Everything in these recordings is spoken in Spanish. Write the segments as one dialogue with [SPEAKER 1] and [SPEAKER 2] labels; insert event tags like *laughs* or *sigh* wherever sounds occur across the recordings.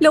[SPEAKER 1] Lo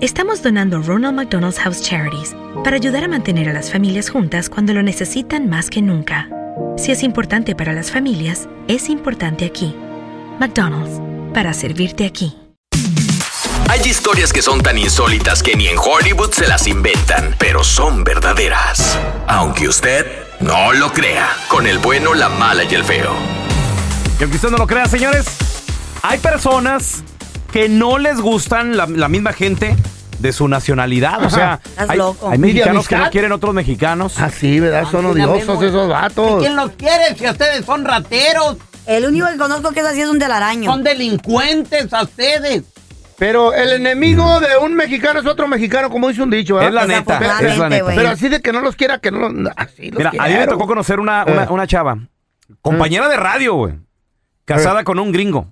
[SPEAKER 2] estamos donando Ronald McDonald's House Charities para ayudar a mantener a las familias juntas cuando lo necesitan más que nunca. Si es importante para las familias, es importante aquí. McDonald's, para servirte aquí.
[SPEAKER 3] Hay historias que son tan insólitas que ni en Hollywood se las inventan, pero son verdaderas. Aunque usted no lo crea, con el bueno, la mala y el feo.
[SPEAKER 4] Y aunque usted no lo crea, señores, hay personas que no les gustan la, la misma gente de su nacionalidad. O sea,
[SPEAKER 5] Estás
[SPEAKER 4] hay,
[SPEAKER 5] loco.
[SPEAKER 4] hay
[SPEAKER 6] Ni de
[SPEAKER 4] mexicanos que no
[SPEAKER 6] amistad.
[SPEAKER 4] quieren otros mexicanos.
[SPEAKER 6] Así, Ah, ¿verdad? Son odiosos esos vatos.
[SPEAKER 7] ¿Quién los quiere si ustedes son rateros?
[SPEAKER 5] El único que conozco que es así es un telaraño.
[SPEAKER 7] Son delincuentes a ustedes.
[SPEAKER 6] Pero el enemigo de un mexicano es otro mexicano, como dice un dicho, ¿verdad? pues,
[SPEAKER 4] Es la neta, es la neta.
[SPEAKER 5] güey.
[SPEAKER 6] Pero así de que no los quiera, que no los... Así los
[SPEAKER 4] Mira, a mí me
[SPEAKER 6] quiero.
[SPEAKER 4] tocó conocer una, una,
[SPEAKER 6] Eh.
[SPEAKER 4] una chava, compañera de radio, güey,
[SPEAKER 6] Eh.
[SPEAKER 4] casada con un gringo.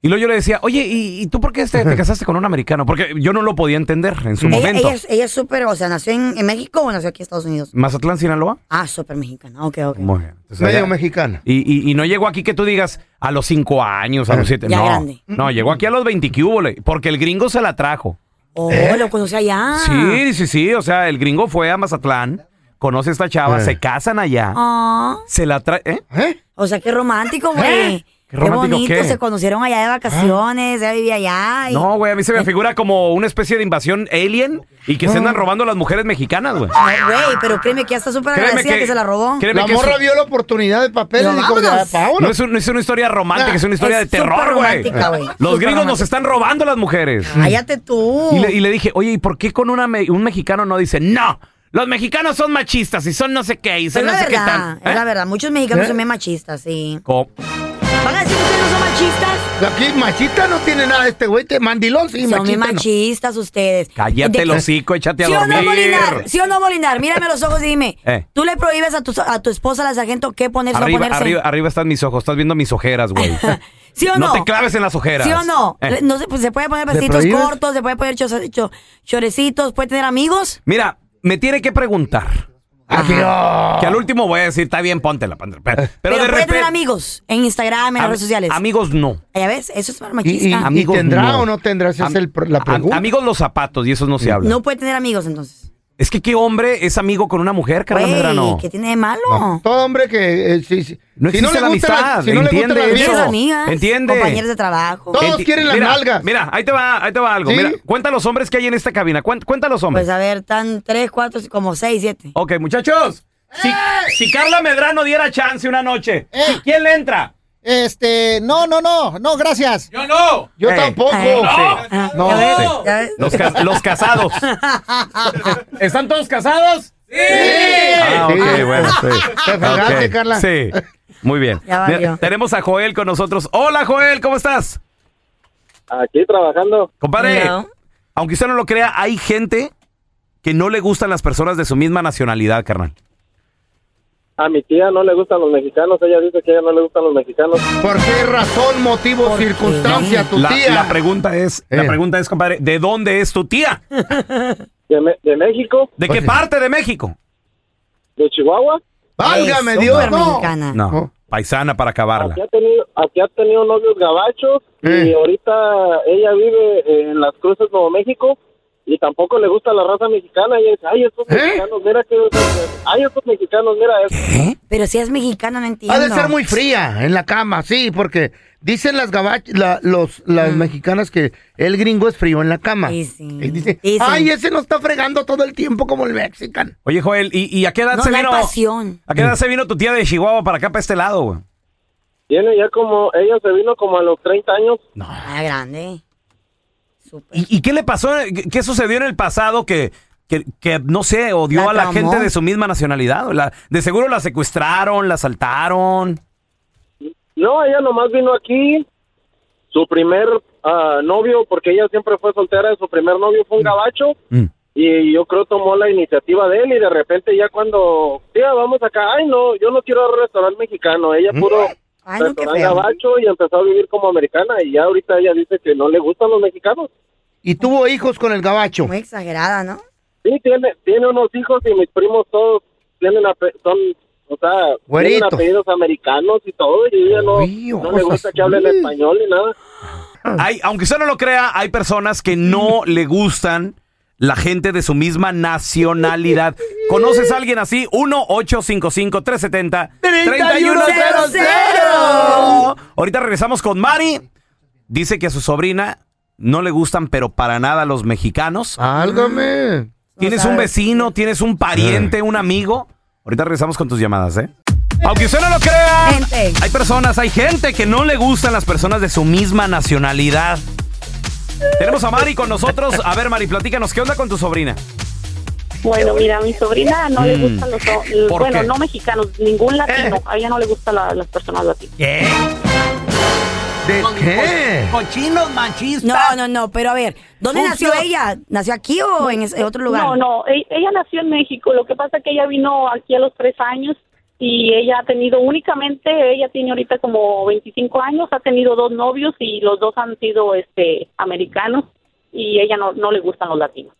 [SPEAKER 4] Y luego yo le decía, oye, ¿y, y tú por qué este- te casaste con un americano? Porque yo no lo podía entender en su
[SPEAKER 5] Ella,
[SPEAKER 4] momento.
[SPEAKER 5] ella es- ella es súper, o sea, nació en, en México o nació aquí en Estados Unidos.
[SPEAKER 4] Mazatlán, Sinaloa.
[SPEAKER 5] Ah, súper mexicana. Ok, ok.
[SPEAKER 4] Muy bien. Entonces,
[SPEAKER 6] Medio
[SPEAKER 4] allá-
[SPEAKER 6] mexicano.
[SPEAKER 4] y, y- y no llegó aquí que tú digas a los cinco años, a los siete.
[SPEAKER 5] Ya
[SPEAKER 4] no,
[SPEAKER 5] grande.
[SPEAKER 4] no, llegó aquí a los 20 que hubo, le- porque el gringo se la trajo.
[SPEAKER 5] Oh, lo conocí allá.
[SPEAKER 4] ¿Eh? Sí, sí, sí. O sea, el gringo fue a Mazatlán, conoce a esta chava,
[SPEAKER 6] Eh.
[SPEAKER 4] se casan allá,
[SPEAKER 5] Ah,
[SPEAKER 4] se la trae. ¿eh?
[SPEAKER 6] ¿Eh?
[SPEAKER 5] o sea, qué romántico,
[SPEAKER 4] ¿Eh?
[SPEAKER 5] güey.
[SPEAKER 4] ¿Qué romántico
[SPEAKER 5] bonito,
[SPEAKER 4] qué?
[SPEAKER 5] se conocieron allá de vacaciones, ella vivía allá. y-
[SPEAKER 4] No, güey, a mí se
[SPEAKER 5] Eh.
[SPEAKER 4] me figura como una especie de invasión alien y que se andan robando a las mujeres mexicanas, güey.
[SPEAKER 5] Ay, Güey, Ah. pero créeme que ya está súper agradecida que, se la robó.
[SPEAKER 4] créeme
[SPEAKER 6] La
[SPEAKER 4] que es-
[SPEAKER 6] morra vio la oportunidad de papel y
[SPEAKER 5] Pero
[SPEAKER 6] dijo, ya,
[SPEAKER 5] vámonos.
[SPEAKER 6] vámonos.
[SPEAKER 4] no, es un- no es una historia romántica, es una historia
[SPEAKER 5] Ah. Es
[SPEAKER 4] de
[SPEAKER 5] súper
[SPEAKER 4] terror, güey.
[SPEAKER 5] romántica, güey.
[SPEAKER 4] Los
[SPEAKER 5] Súper
[SPEAKER 4] gringos nos
[SPEAKER 5] romántica.
[SPEAKER 4] están robando a las mujeres.
[SPEAKER 5] Cállate tú.
[SPEAKER 4] Y le, y le dije, oye, ¿y por qué con una me- un mexicano no dice, no, los mexicanos son machistas y son no sé qué y
[SPEAKER 5] Pero
[SPEAKER 4] son no
[SPEAKER 5] es la
[SPEAKER 4] sé qué
[SPEAKER 5] verdad,
[SPEAKER 4] tal?
[SPEAKER 5] es la
[SPEAKER 4] ¿Eh?
[SPEAKER 5] verdad. Muchos mexicanos
[SPEAKER 6] ¿Eh?
[SPEAKER 5] son bien machistas, sí.
[SPEAKER 4] Co-
[SPEAKER 5] ¿Van a decir que ustedes no son machistas?
[SPEAKER 6] Aquí machista no tiene nada este güey, te- mandilón sí,
[SPEAKER 5] Son bien
[SPEAKER 6] machista. no.
[SPEAKER 5] machistas ustedes.
[SPEAKER 4] Cállate
[SPEAKER 5] De-
[SPEAKER 4] el hocico, échate a
[SPEAKER 5] ¿Sí o no,
[SPEAKER 4] dormir.
[SPEAKER 5] Molinar? ¿Sí o no, Molinar? Mírame a los ojos y dime.
[SPEAKER 4] Eh.
[SPEAKER 5] ¿Tú le prohíbes a tu, a tu esposa, la sargento, qué ponerse o no
[SPEAKER 4] Arriba,
[SPEAKER 5] ponerse?
[SPEAKER 4] arriba, arriba están mis ojos, estás viendo mis ojeras, güey.
[SPEAKER 5] *laughs* ¿Sí o no?
[SPEAKER 4] No te claves en las ojeras.
[SPEAKER 5] ¿Sí o no?
[SPEAKER 4] Eh.
[SPEAKER 5] Le- no se, pues, se puede poner vestiditos
[SPEAKER 6] prohíbes?
[SPEAKER 5] cortos, se puede poner chos- cho- chorecitos, puede tener amigos.
[SPEAKER 4] Mira, me tiene que preguntar.
[SPEAKER 6] Adiós.
[SPEAKER 4] Que al último voy a decir, está bien, póntela. póntela, Pero, pero,
[SPEAKER 5] Pero,
[SPEAKER 4] de
[SPEAKER 5] puede
[SPEAKER 4] repente.
[SPEAKER 5] tener amigos en Instagram, en las redes sociales.
[SPEAKER 4] Amigos no.
[SPEAKER 5] Ah, ¿Ya ves? Eso es ser
[SPEAKER 6] Y- y-
[SPEAKER 5] machista.
[SPEAKER 6] y
[SPEAKER 4] Amigos
[SPEAKER 6] tendrá
[SPEAKER 4] no.
[SPEAKER 6] o no tendrá, esa es
[SPEAKER 4] Am-
[SPEAKER 6] el pro- la
[SPEAKER 4] am-
[SPEAKER 6] pregunta.
[SPEAKER 4] amigos los zapatos y esos no se hablan.
[SPEAKER 5] No puede tener amigos entonces.
[SPEAKER 4] Es que qué hombre es amigo con una mujer, Carla
[SPEAKER 5] Güey,
[SPEAKER 4] Medrano.
[SPEAKER 5] ¿qué tiene de malo?
[SPEAKER 6] Todo hombre que eh, si, si-
[SPEAKER 4] No
[SPEAKER 6] si
[SPEAKER 4] existe la amistad,
[SPEAKER 6] si no le gusta
[SPEAKER 4] entiende
[SPEAKER 6] la
[SPEAKER 4] eso.
[SPEAKER 5] Tienes
[SPEAKER 4] Eso.
[SPEAKER 6] vida,
[SPEAKER 5] amigas,
[SPEAKER 4] Entiende.
[SPEAKER 5] compañeros de trabajo.
[SPEAKER 6] Todo.
[SPEAKER 4] Enti-
[SPEAKER 6] todos quieren las
[SPEAKER 4] mira,
[SPEAKER 6] nalgas.
[SPEAKER 4] Mira, ahí te va, ahí te va algo.
[SPEAKER 6] ¿Sí?
[SPEAKER 4] Mira, cuenta los hombres que hay en esta cabina. Cuenta, cuenta los hombres.
[SPEAKER 5] Pues a ver, tan tres, cuatro, como seis, siete.
[SPEAKER 4] Ok, muchachos. Si, si Carla Medrano diera chance una noche,
[SPEAKER 6] Eh.
[SPEAKER 8] ¡Ey!
[SPEAKER 4] ¿quién le entra?
[SPEAKER 8] Este, no, no, no, no, gracias.
[SPEAKER 4] Yo no.
[SPEAKER 6] Yo tampoco.
[SPEAKER 4] Sí.
[SPEAKER 5] Ah,
[SPEAKER 6] No.
[SPEAKER 5] ¿ya ves?
[SPEAKER 4] Sí.
[SPEAKER 5] ¿Ya ves?
[SPEAKER 4] Los, ca- los
[SPEAKER 6] *laughs*
[SPEAKER 4] casados. ¿Están todos casados? Sí. Ah, ok,
[SPEAKER 6] Sí.
[SPEAKER 4] bueno, sí.
[SPEAKER 6] Te fregaste,
[SPEAKER 4] Ok,
[SPEAKER 6] Carla.
[SPEAKER 4] Sí. Muy bien.
[SPEAKER 5] Ya valió.
[SPEAKER 4] Mira, tenemos a Joel con nosotros. Hola, Joel, ¿cómo estás?
[SPEAKER 9] Aquí trabajando.
[SPEAKER 4] Compadre,
[SPEAKER 5] No.
[SPEAKER 4] aunque usted no lo crea, hay gente que no le gustan las personas de su misma nacionalidad, carnal.
[SPEAKER 9] A mi tía no le gustan los mexicanos. Ella dice que a ella no le gustan los mexicanos.
[SPEAKER 6] ¿Por qué razón, motivo,
[SPEAKER 5] ¿Por
[SPEAKER 6] circunstancia tu
[SPEAKER 4] La,
[SPEAKER 6] tía?
[SPEAKER 4] la pregunta es, la
[SPEAKER 6] Eh.
[SPEAKER 4] pregunta es, compadre, ¿de dónde es tu tía?
[SPEAKER 9] De, Me- de México,
[SPEAKER 4] ¿De
[SPEAKER 6] Pues
[SPEAKER 4] qué
[SPEAKER 6] sí.
[SPEAKER 4] parte de México?
[SPEAKER 9] de Chihuahua.
[SPEAKER 6] ¡Válgame
[SPEAKER 9] Eso,
[SPEAKER 6] Dios!
[SPEAKER 9] perra
[SPEAKER 6] No.
[SPEAKER 9] mexicana.
[SPEAKER 6] Oh.
[SPEAKER 4] No, paisana para acabarla.
[SPEAKER 9] Aquí ha tenido, aquí ha tenido novios gabachos y
[SPEAKER 4] Eh.
[SPEAKER 9] ahorita ella vive en las cruces Nuevo México y tampoco le gusta la raza mexicana. Ella dice, ay, estos mexicanos, mira que... Ay, estos mexicanos, mira esto.
[SPEAKER 5] Pero si es mexicana, no entiendo.
[SPEAKER 6] Ha de ser muy fría en la cama, sí, porque dicen las gabachas, los, las mexicanas que el gringo es frío en la cama. Mm. Y dice,
[SPEAKER 5] Dicen.
[SPEAKER 6] ay, ese no está fregando todo el tiempo como el mexican.
[SPEAKER 4] Oye, Joel, ¿y, y a qué edad
[SPEAKER 6] No,
[SPEAKER 4] se
[SPEAKER 6] no hay
[SPEAKER 4] vino?
[SPEAKER 6] pasión.
[SPEAKER 4] ¿A qué edad se vino tu tía de Chihuahua para acá, para este lado, güey?
[SPEAKER 9] Tiene ya como... Ella se vino como a los 30 años.
[SPEAKER 4] No.
[SPEAKER 5] Ah, grande.
[SPEAKER 4] ¿Y, y qué le pasó? ¿Qué, qué sucedió en el pasado que, que, que, no sé, odió
[SPEAKER 5] La
[SPEAKER 4] a la
[SPEAKER 5] traumó.
[SPEAKER 4] gente de su misma nacionalidad? La- de seguro la secuestraron, la asaltaron.
[SPEAKER 9] No, ella nomás vino aquí. Su primer ah, novio, porque ella siempre fue soltera, su primer novio
[SPEAKER 5] Mm.
[SPEAKER 9] fue un gabacho. Y yo creo tomó la iniciativa de él y de repente ya cuando, tía, vamos acá, ay no, yo no quiero al restaurante mexicano, ella puro
[SPEAKER 5] Mm. Ay, no, qué
[SPEAKER 9] restaurante
[SPEAKER 5] feo.
[SPEAKER 9] gabacho y empezó a vivir como americana y ya ahorita ella dice que no le gustan los mexicanos.
[SPEAKER 6] Y tuvo hijos con el gabacho.
[SPEAKER 5] Muy exagerada, ¿no?
[SPEAKER 9] Sí, tiene, tiene unos hijos y mis primos todos tienen ape- son, o sea, tienen
[SPEAKER 4] Güeritos.
[SPEAKER 9] apellidos americanos y todo y ella no, no le
[SPEAKER 4] ojos
[SPEAKER 9] gusta que hablen
[SPEAKER 4] azules.
[SPEAKER 9] español ni nada.
[SPEAKER 4] Hay, aunque usted no lo crea, hay personas que no le gustan la gente de su misma nacionalidad. ¿Conoces a alguien así? 1-855-370-3100. Ahorita regresamos con Mari. Dice que a su sobrina no le gustan, pero para nada los mexicanos.
[SPEAKER 6] Álgame.
[SPEAKER 4] Tienes un vecino, tienes un pariente, un amigo. Ahorita regresamos con tus llamadas, ¿eh? Aunque usted no lo crea, hay personas, hay gente que no le gustan las personas de su misma nacionalidad. Tenemos a Mari con nosotros. A ver, Mari, platícanos, ¿qué onda con tu sobrina?
[SPEAKER 10] Bueno, mira, a mi sobrina no le
[SPEAKER 4] Mm.
[SPEAKER 10] gustan los...
[SPEAKER 4] ¿Por
[SPEAKER 10] Bueno,
[SPEAKER 4] qué?
[SPEAKER 10] no mexicanos, ningún latino.
[SPEAKER 6] Eh,
[SPEAKER 10] A ella no le gustan la- las personas latinas.
[SPEAKER 6] ¿De qué?
[SPEAKER 5] Cochinos, machistas. No, no, no, pero a ver, ¿dónde
[SPEAKER 10] Sucio.
[SPEAKER 5] nació ella? ¿Nació aquí o en ese- otro lugar?
[SPEAKER 10] No, no, e- ella nació en México. Lo que pasa es que ella vino aquí a los tres años y ella ha tenido únicamente, ella tiene ahorita como 25 años, ha tenido dos novios y los dos han sido este americanos y ella no, no le gustan los latinos.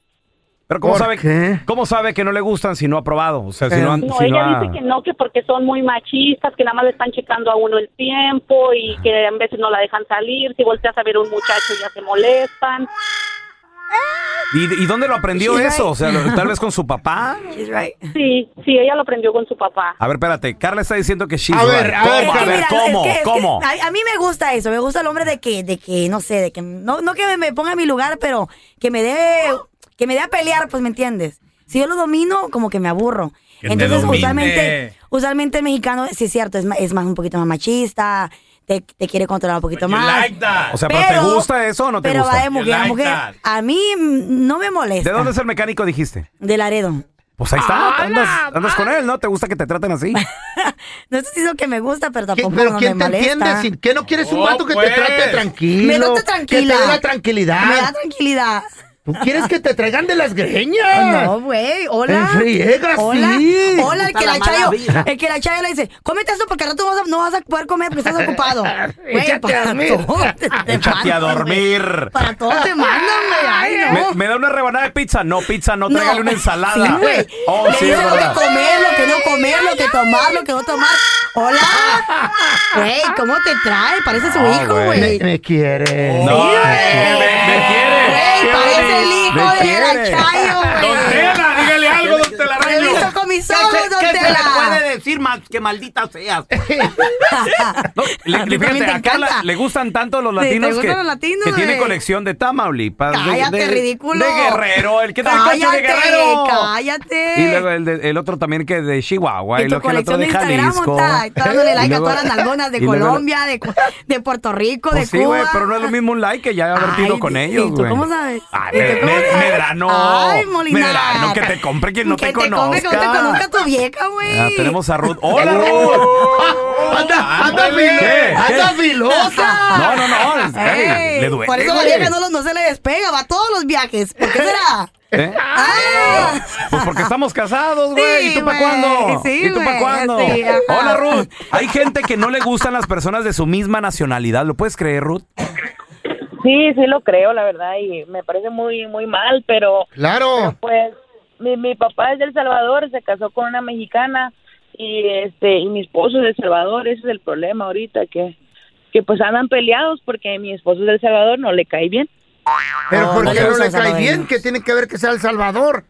[SPEAKER 4] Pero ¿cómo sabe, ¿cómo sabe que no le gustan si no ha probado? O sea, si no,
[SPEAKER 10] Eh, No,
[SPEAKER 4] han- si no
[SPEAKER 10] ella
[SPEAKER 4] ha-
[SPEAKER 10] dice que no, que porque son muy machistas, que nada más le están checando a uno el tiempo y que a veces no la dejan salir. Si volteas a ver a un muchacho ya se molestan.
[SPEAKER 4] ¿Y, y dónde lo aprendió
[SPEAKER 10] She's right.
[SPEAKER 4] eso? O sea, lo- tal vez con su papá.
[SPEAKER 10] Sí, sí, ella lo aprendió con su papá.
[SPEAKER 4] A ver, espérate, Carla está diciendo que she's
[SPEAKER 6] A ver,
[SPEAKER 4] right.
[SPEAKER 6] a ver,
[SPEAKER 4] ¿Cómo?
[SPEAKER 6] Carla.
[SPEAKER 4] ver,
[SPEAKER 5] Mira,
[SPEAKER 4] ¿cómo?
[SPEAKER 5] es que- es que
[SPEAKER 4] ¿Cómo?
[SPEAKER 5] a, a mí me gusta eso, me gusta el hombre de que, de que, no sé, de que, no, no que me ponga en mi lugar, pero que me dé, que me dé a pelear, pues, ¿me entiendes? Si yo lo domino, como que me aburro.
[SPEAKER 11] Que te
[SPEAKER 5] Entonces,
[SPEAKER 11] domine.
[SPEAKER 5] usualmente, usualmente el mexicano, sí es cierto, es más, es más un poquito más machista, te, te quiere controlar un poquito más.
[SPEAKER 4] O sea, ¿pero, te gusta eso o no te
[SPEAKER 5] pero
[SPEAKER 4] gusta?
[SPEAKER 5] va de mujer a mujer. A mí mm, no me molesta.
[SPEAKER 4] ¿De dónde es el mecánico, dijiste?
[SPEAKER 5] De Laredo.
[SPEAKER 4] Pues ahí está,
[SPEAKER 5] ¡Ala
[SPEAKER 4] andas, andas con él, ¿no? ¿Te gusta que te traten así?
[SPEAKER 5] No sé si es lo que me gusta, pero tampoco
[SPEAKER 6] pero
[SPEAKER 5] no
[SPEAKER 6] quién
[SPEAKER 5] me
[SPEAKER 6] te
[SPEAKER 5] molesta.
[SPEAKER 6] entiende? Si- ¿qué no quieres un vato que
[SPEAKER 4] pues.
[SPEAKER 6] te trate tranquilo?
[SPEAKER 5] Me trata
[SPEAKER 6] Que
[SPEAKER 5] tranquila.
[SPEAKER 6] te dé la tranquilidad.
[SPEAKER 5] Me da tranquilidad.
[SPEAKER 6] ¿Tú quieres que te traigan de las greñas?
[SPEAKER 5] No, güey. Hola.
[SPEAKER 6] Eh. En friega,
[SPEAKER 5] hola.
[SPEAKER 6] sí.
[SPEAKER 5] Hola, el que
[SPEAKER 6] Puta
[SPEAKER 5] la,
[SPEAKER 6] la
[SPEAKER 5] chayo.
[SPEAKER 6] mala vida.
[SPEAKER 5] El que la chayo le dice, cómete esto porque al rato vas a- no vas a poder comer porque estás ocupado. Güey,
[SPEAKER 11] Échate
[SPEAKER 5] para
[SPEAKER 11] a dormir.
[SPEAKER 5] todo. te- te
[SPEAKER 4] Échate a
[SPEAKER 5] mandan,
[SPEAKER 4] dormir.
[SPEAKER 5] Para todo te mandan, güey. Ay, no. *laughs*
[SPEAKER 4] ¿Me, me da una rebanada de pizza? No, pizza no, tráigale una ensalada.
[SPEAKER 5] Sí, güey.
[SPEAKER 4] Oh,
[SPEAKER 5] Le
[SPEAKER 4] sí,
[SPEAKER 5] dicen
[SPEAKER 4] es
[SPEAKER 5] lo que
[SPEAKER 4] verdad.
[SPEAKER 5] comer, lo que no comer, lo que tomar, lo que no tomar. Hola. Güey, ¿cómo te trae? Parece su
[SPEAKER 6] Ah,
[SPEAKER 5] hijo,
[SPEAKER 6] güey.
[SPEAKER 5] güey.
[SPEAKER 6] Me, me quiere.
[SPEAKER 4] No,
[SPEAKER 6] Sí, güey.
[SPEAKER 5] Güey, parece el hijo
[SPEAKER 6] Me
[SPEAKER 5] de la
[SPEAKER 6] quiere.
[SPEAKER 5] chayo, güey.
[SPEAKER 7] Don Tela, dígale algo, don Telaraño.
[SPEAKER 5] Lo he visto con mis
[SPEAKER 7] ¿Qué
[SPEAKER 5] ojos,
[SPEAKER 7] se-
[SPEAKER 5] don
[SPEAKER 7] ¿Qué se le
[SPEAKER 5] Tela.
[SPEAKER 7] puede decir más que maldita
[SPEAKER 5] *laughs*
[SPEAKER 7] seas?
[SPEAKER 4] Le, le-
[SPEAKER 7] también
[SPEAKER 4] fíjate,
[SPEAKER 7] te
[SPEAKER 4] a Carla le gustan tanto los
[SPEAKER 7] Sí, te
[SPEAKER 4] latinos que,
[SPEAKER 7] gustan los latinos,
[SPEAKER 4] que tiene
[SPEAKER 7] güey.
[SPEAKER 4] colección de Tamaulipas. de-
[SPEAKER 5] eh. Cállate,
[SPEAKER 4] de,
[SPEAKER 5] ridículo.
[SPEAKER 4] De Guerrero, el que te coche de
[SPEAKER 5] cállate,
[SPEAKER 4] Guerrero.
[SPEAKER 5] cállate.
[SPEAKER 4] Y luego el, de- el otro también que de Chihuahua,
[SPEAKER 5] Que
[SPEAKER 4] y
[SPEAKER 5] tu
[SPEAKER 4] lo que el otro
[SPEAKER 5] colección
[SPEAKER 4] de
[SPEAKER 5] de Instagram
[SPEAKER 4] Jalisco.
[SPEAKER 5] está, está dándole like
[SPEAKER 4] *laughs* Y
[SPEAKER 5] a
[SPEAKER 4] luego-
[SPEAKER 5] todas las nalgonas de
[SPEAKER 4] y luego-
[SPEAKER 5] Colombia, de, cu- de Puerto Rico, de
[SPEAKER 4] Pues sí,
[SPEAKER 5] Cuba.
[SPEAKER 4] güey, pero no es lo mismo un like que ya haber vertido con ellos,
[SPEAKER 5] ¿Y tú
[SPEAKER 4] güey.
[SPEAKER 5] cómo sabes?
[SPEAKER 4] Ah,
[SPEAKER 5] ¿Y
[SPEAKER 4] me-
[SPEAKER 5] tú cómo
[SPEAKER 4] me-
[SPEAKER 5] sabes?
[SPEAKER 4] Medrano.
[SPEAKER 5] Ay, Molinar.
[SPEAKER 4] Medrano, que te compre quien no
[SPEAKER 5] que
[SPEAKER 4] te
[SPEAKER 5] te
[SPEAKER 4] conozca.
[SPEAKER 5] come, que no te conozca tu vieja, güey.
[SPEAKER 4] Ah, tenemos a
[SPEAKER 5] *laughs*
[SPEAKER 4] Ruth. ¡Hola, Ruth! *laughs*
[SPEAKER 6] *laughs* anda, anda,
[SPEAKER 4] Ándale.
[SPEAKER 6] filo-
[SPEAKER 4] ¿Qué?
[SPEAKER 6] anda
[SPEAKER 4] ¿Qué?
[SPEAKER 6] filosa.
[SPEAKER 4] No, no,
[SPEAKER 5] *laughs*
[SPEAKER 4] no. ey,
[SPEAKER 5] Ey,
[SPEAKER 4] le duele.
[SPEAKER 5] Por eso la
[SPEAKER 4] güey.
[SPEAKER 5] vieja no, los- no se le despega, va a todos los viajes. ¿Por qué será? Ah,
[SPEAKER 4] ¿Eh? Pues porque estamos casados, güey.
[SPEAKER 5] Sí,
[SPEAKER 4] ¿Y tú para
[SPEAKER 5] güey,
[SPEAKER 4] cuándo?
[SPEAKER 5] sí,
[SPEAKER 4] ¿Y tú para
[SPEAKER 5] güey,
[SPEAKER 4] cuándo?
[SPEAKER 5] sí, ajá.
[SPEAKER 4] Hola, Ruth. Hay gente que no le gustan las personas de su misma nacionalidad. ¿Lo puedes creer, Ruth?
[SPEAKER 10] Sí, sí lo creo, la verdad, y me parece muy muy mal, pero
[SPEAKER 4] Claro.
[SPEAKER 10] pero, pues
[SPEAKER 9] mi, mi papá es de El Salvador, se casó con una mexicana y este y mi esposo es de El Salvador, ese es el problema ahorita que que pues andan peleados porque mi esposo es de El Salvador, no le cae bien.
[SPEAKER 6] Pero ¿por
[SPEAKER 9] no
[SPEAKER 6] qué
[SPEAKER 9] creo
[SPEAKER 6] no
[SPEAKER 9] que
[SPEAKER 6] le
[SPEAKER 9] sea
[SPEAKER 6] cae bien? ¿Qué tiene que ver que sea El Salvador?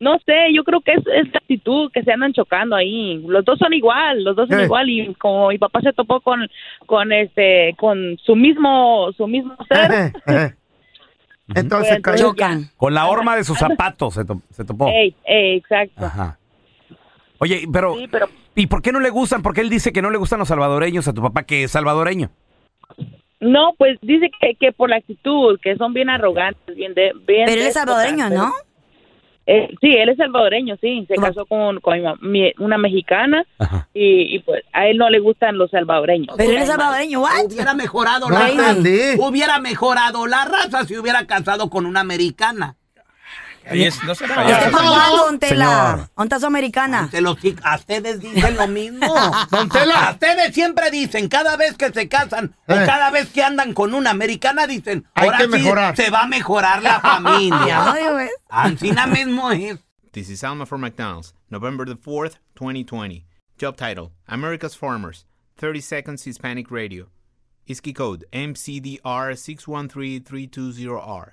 [SPEAKER 9] No sé, yo creo que es, es la actitud que se andan chocando ahí. Los dos son igual, los dos son
[SPEAKER 6] Eh.
[SPEAKER 9] igual y como mi papá se topó con con este con su mismo su mismo
[SPEAKER 6] *laughs*
[SPEAKER 9] ser.
[SPEAKER 12] Entonces
[SPEAKER 9] Pues, chocan.
[SPEAKER 12] Con la horma de sus zapatos se, to- se topó.
[SPEAKER 9] Ey, ey, exacto.
[SPEAKER 12] Ajá. Oye, pero,
[SPEAKER 9] Sí, pero
[SPEAKER 12] ¿y por qué no le gustan? Porque él dice que no le gustan los salvadoreños a tu papá, que es salvadoreño.
[SPEAKER 9] no, pues dice que, que por la actitud, que son bien arrogantes, bien de bien
[SPEAKER 5] Pero él es
[SPEAKER 9] déspotas,
[SPEAKER 5] salvadoreño,
[SPEAKER 9] pero-
[SPEAKER 5] ¿no?
[SPEAKER 9] Eh, sí, él es salvadoreño, sí. Se casó con, con mi ma- mi- una mexicana y, y, pues a él no le gustan los salvadoreños.
[SPEAKER 5] ¿what?
[SPEAKER 4] Hubiera mejorado
[SPEAKER 9] No
[SPEAKER 4] la
[SPEAKER 9] entendí.
[SPEAKER 4] Hubiera mejorado la raza si hubiera casado con una americana.
[SPEAKER 13] Ahí es, no se
[SPEAKER 5] ¿Qué está hablando, don Tela?
[SPEAKER 4] Señor.
[SPEAKER 5] ¿Onta su americana?
[SPEAKER 4] Se los chi- a ustedes dicen lo mismo. *laughs* A ustedes siempre dicen, cada vez que se casan o
[SPEAKER 6] Eh.
[SPEAKER 4] cada vez que andan con una americana, dicen,
[SPEAKER 6] Hay
[SPEAKER 4] ahora
[SPEAKER 6] que
[SPEAKER 4] sí
[SPEAKER 6] mejorar".
[SPEAKER 4] se va a mejorar
[SPEAKER 6] *laughs*
[SPEAKER 4] la familia. Ancina mismo es.
[SPEAKER 14] This is Alma for McDonald's, November the 4th, 2020. Job title America's Farmers, 30 Seconds Hispanic Radio. ISKI code MCDR613320R.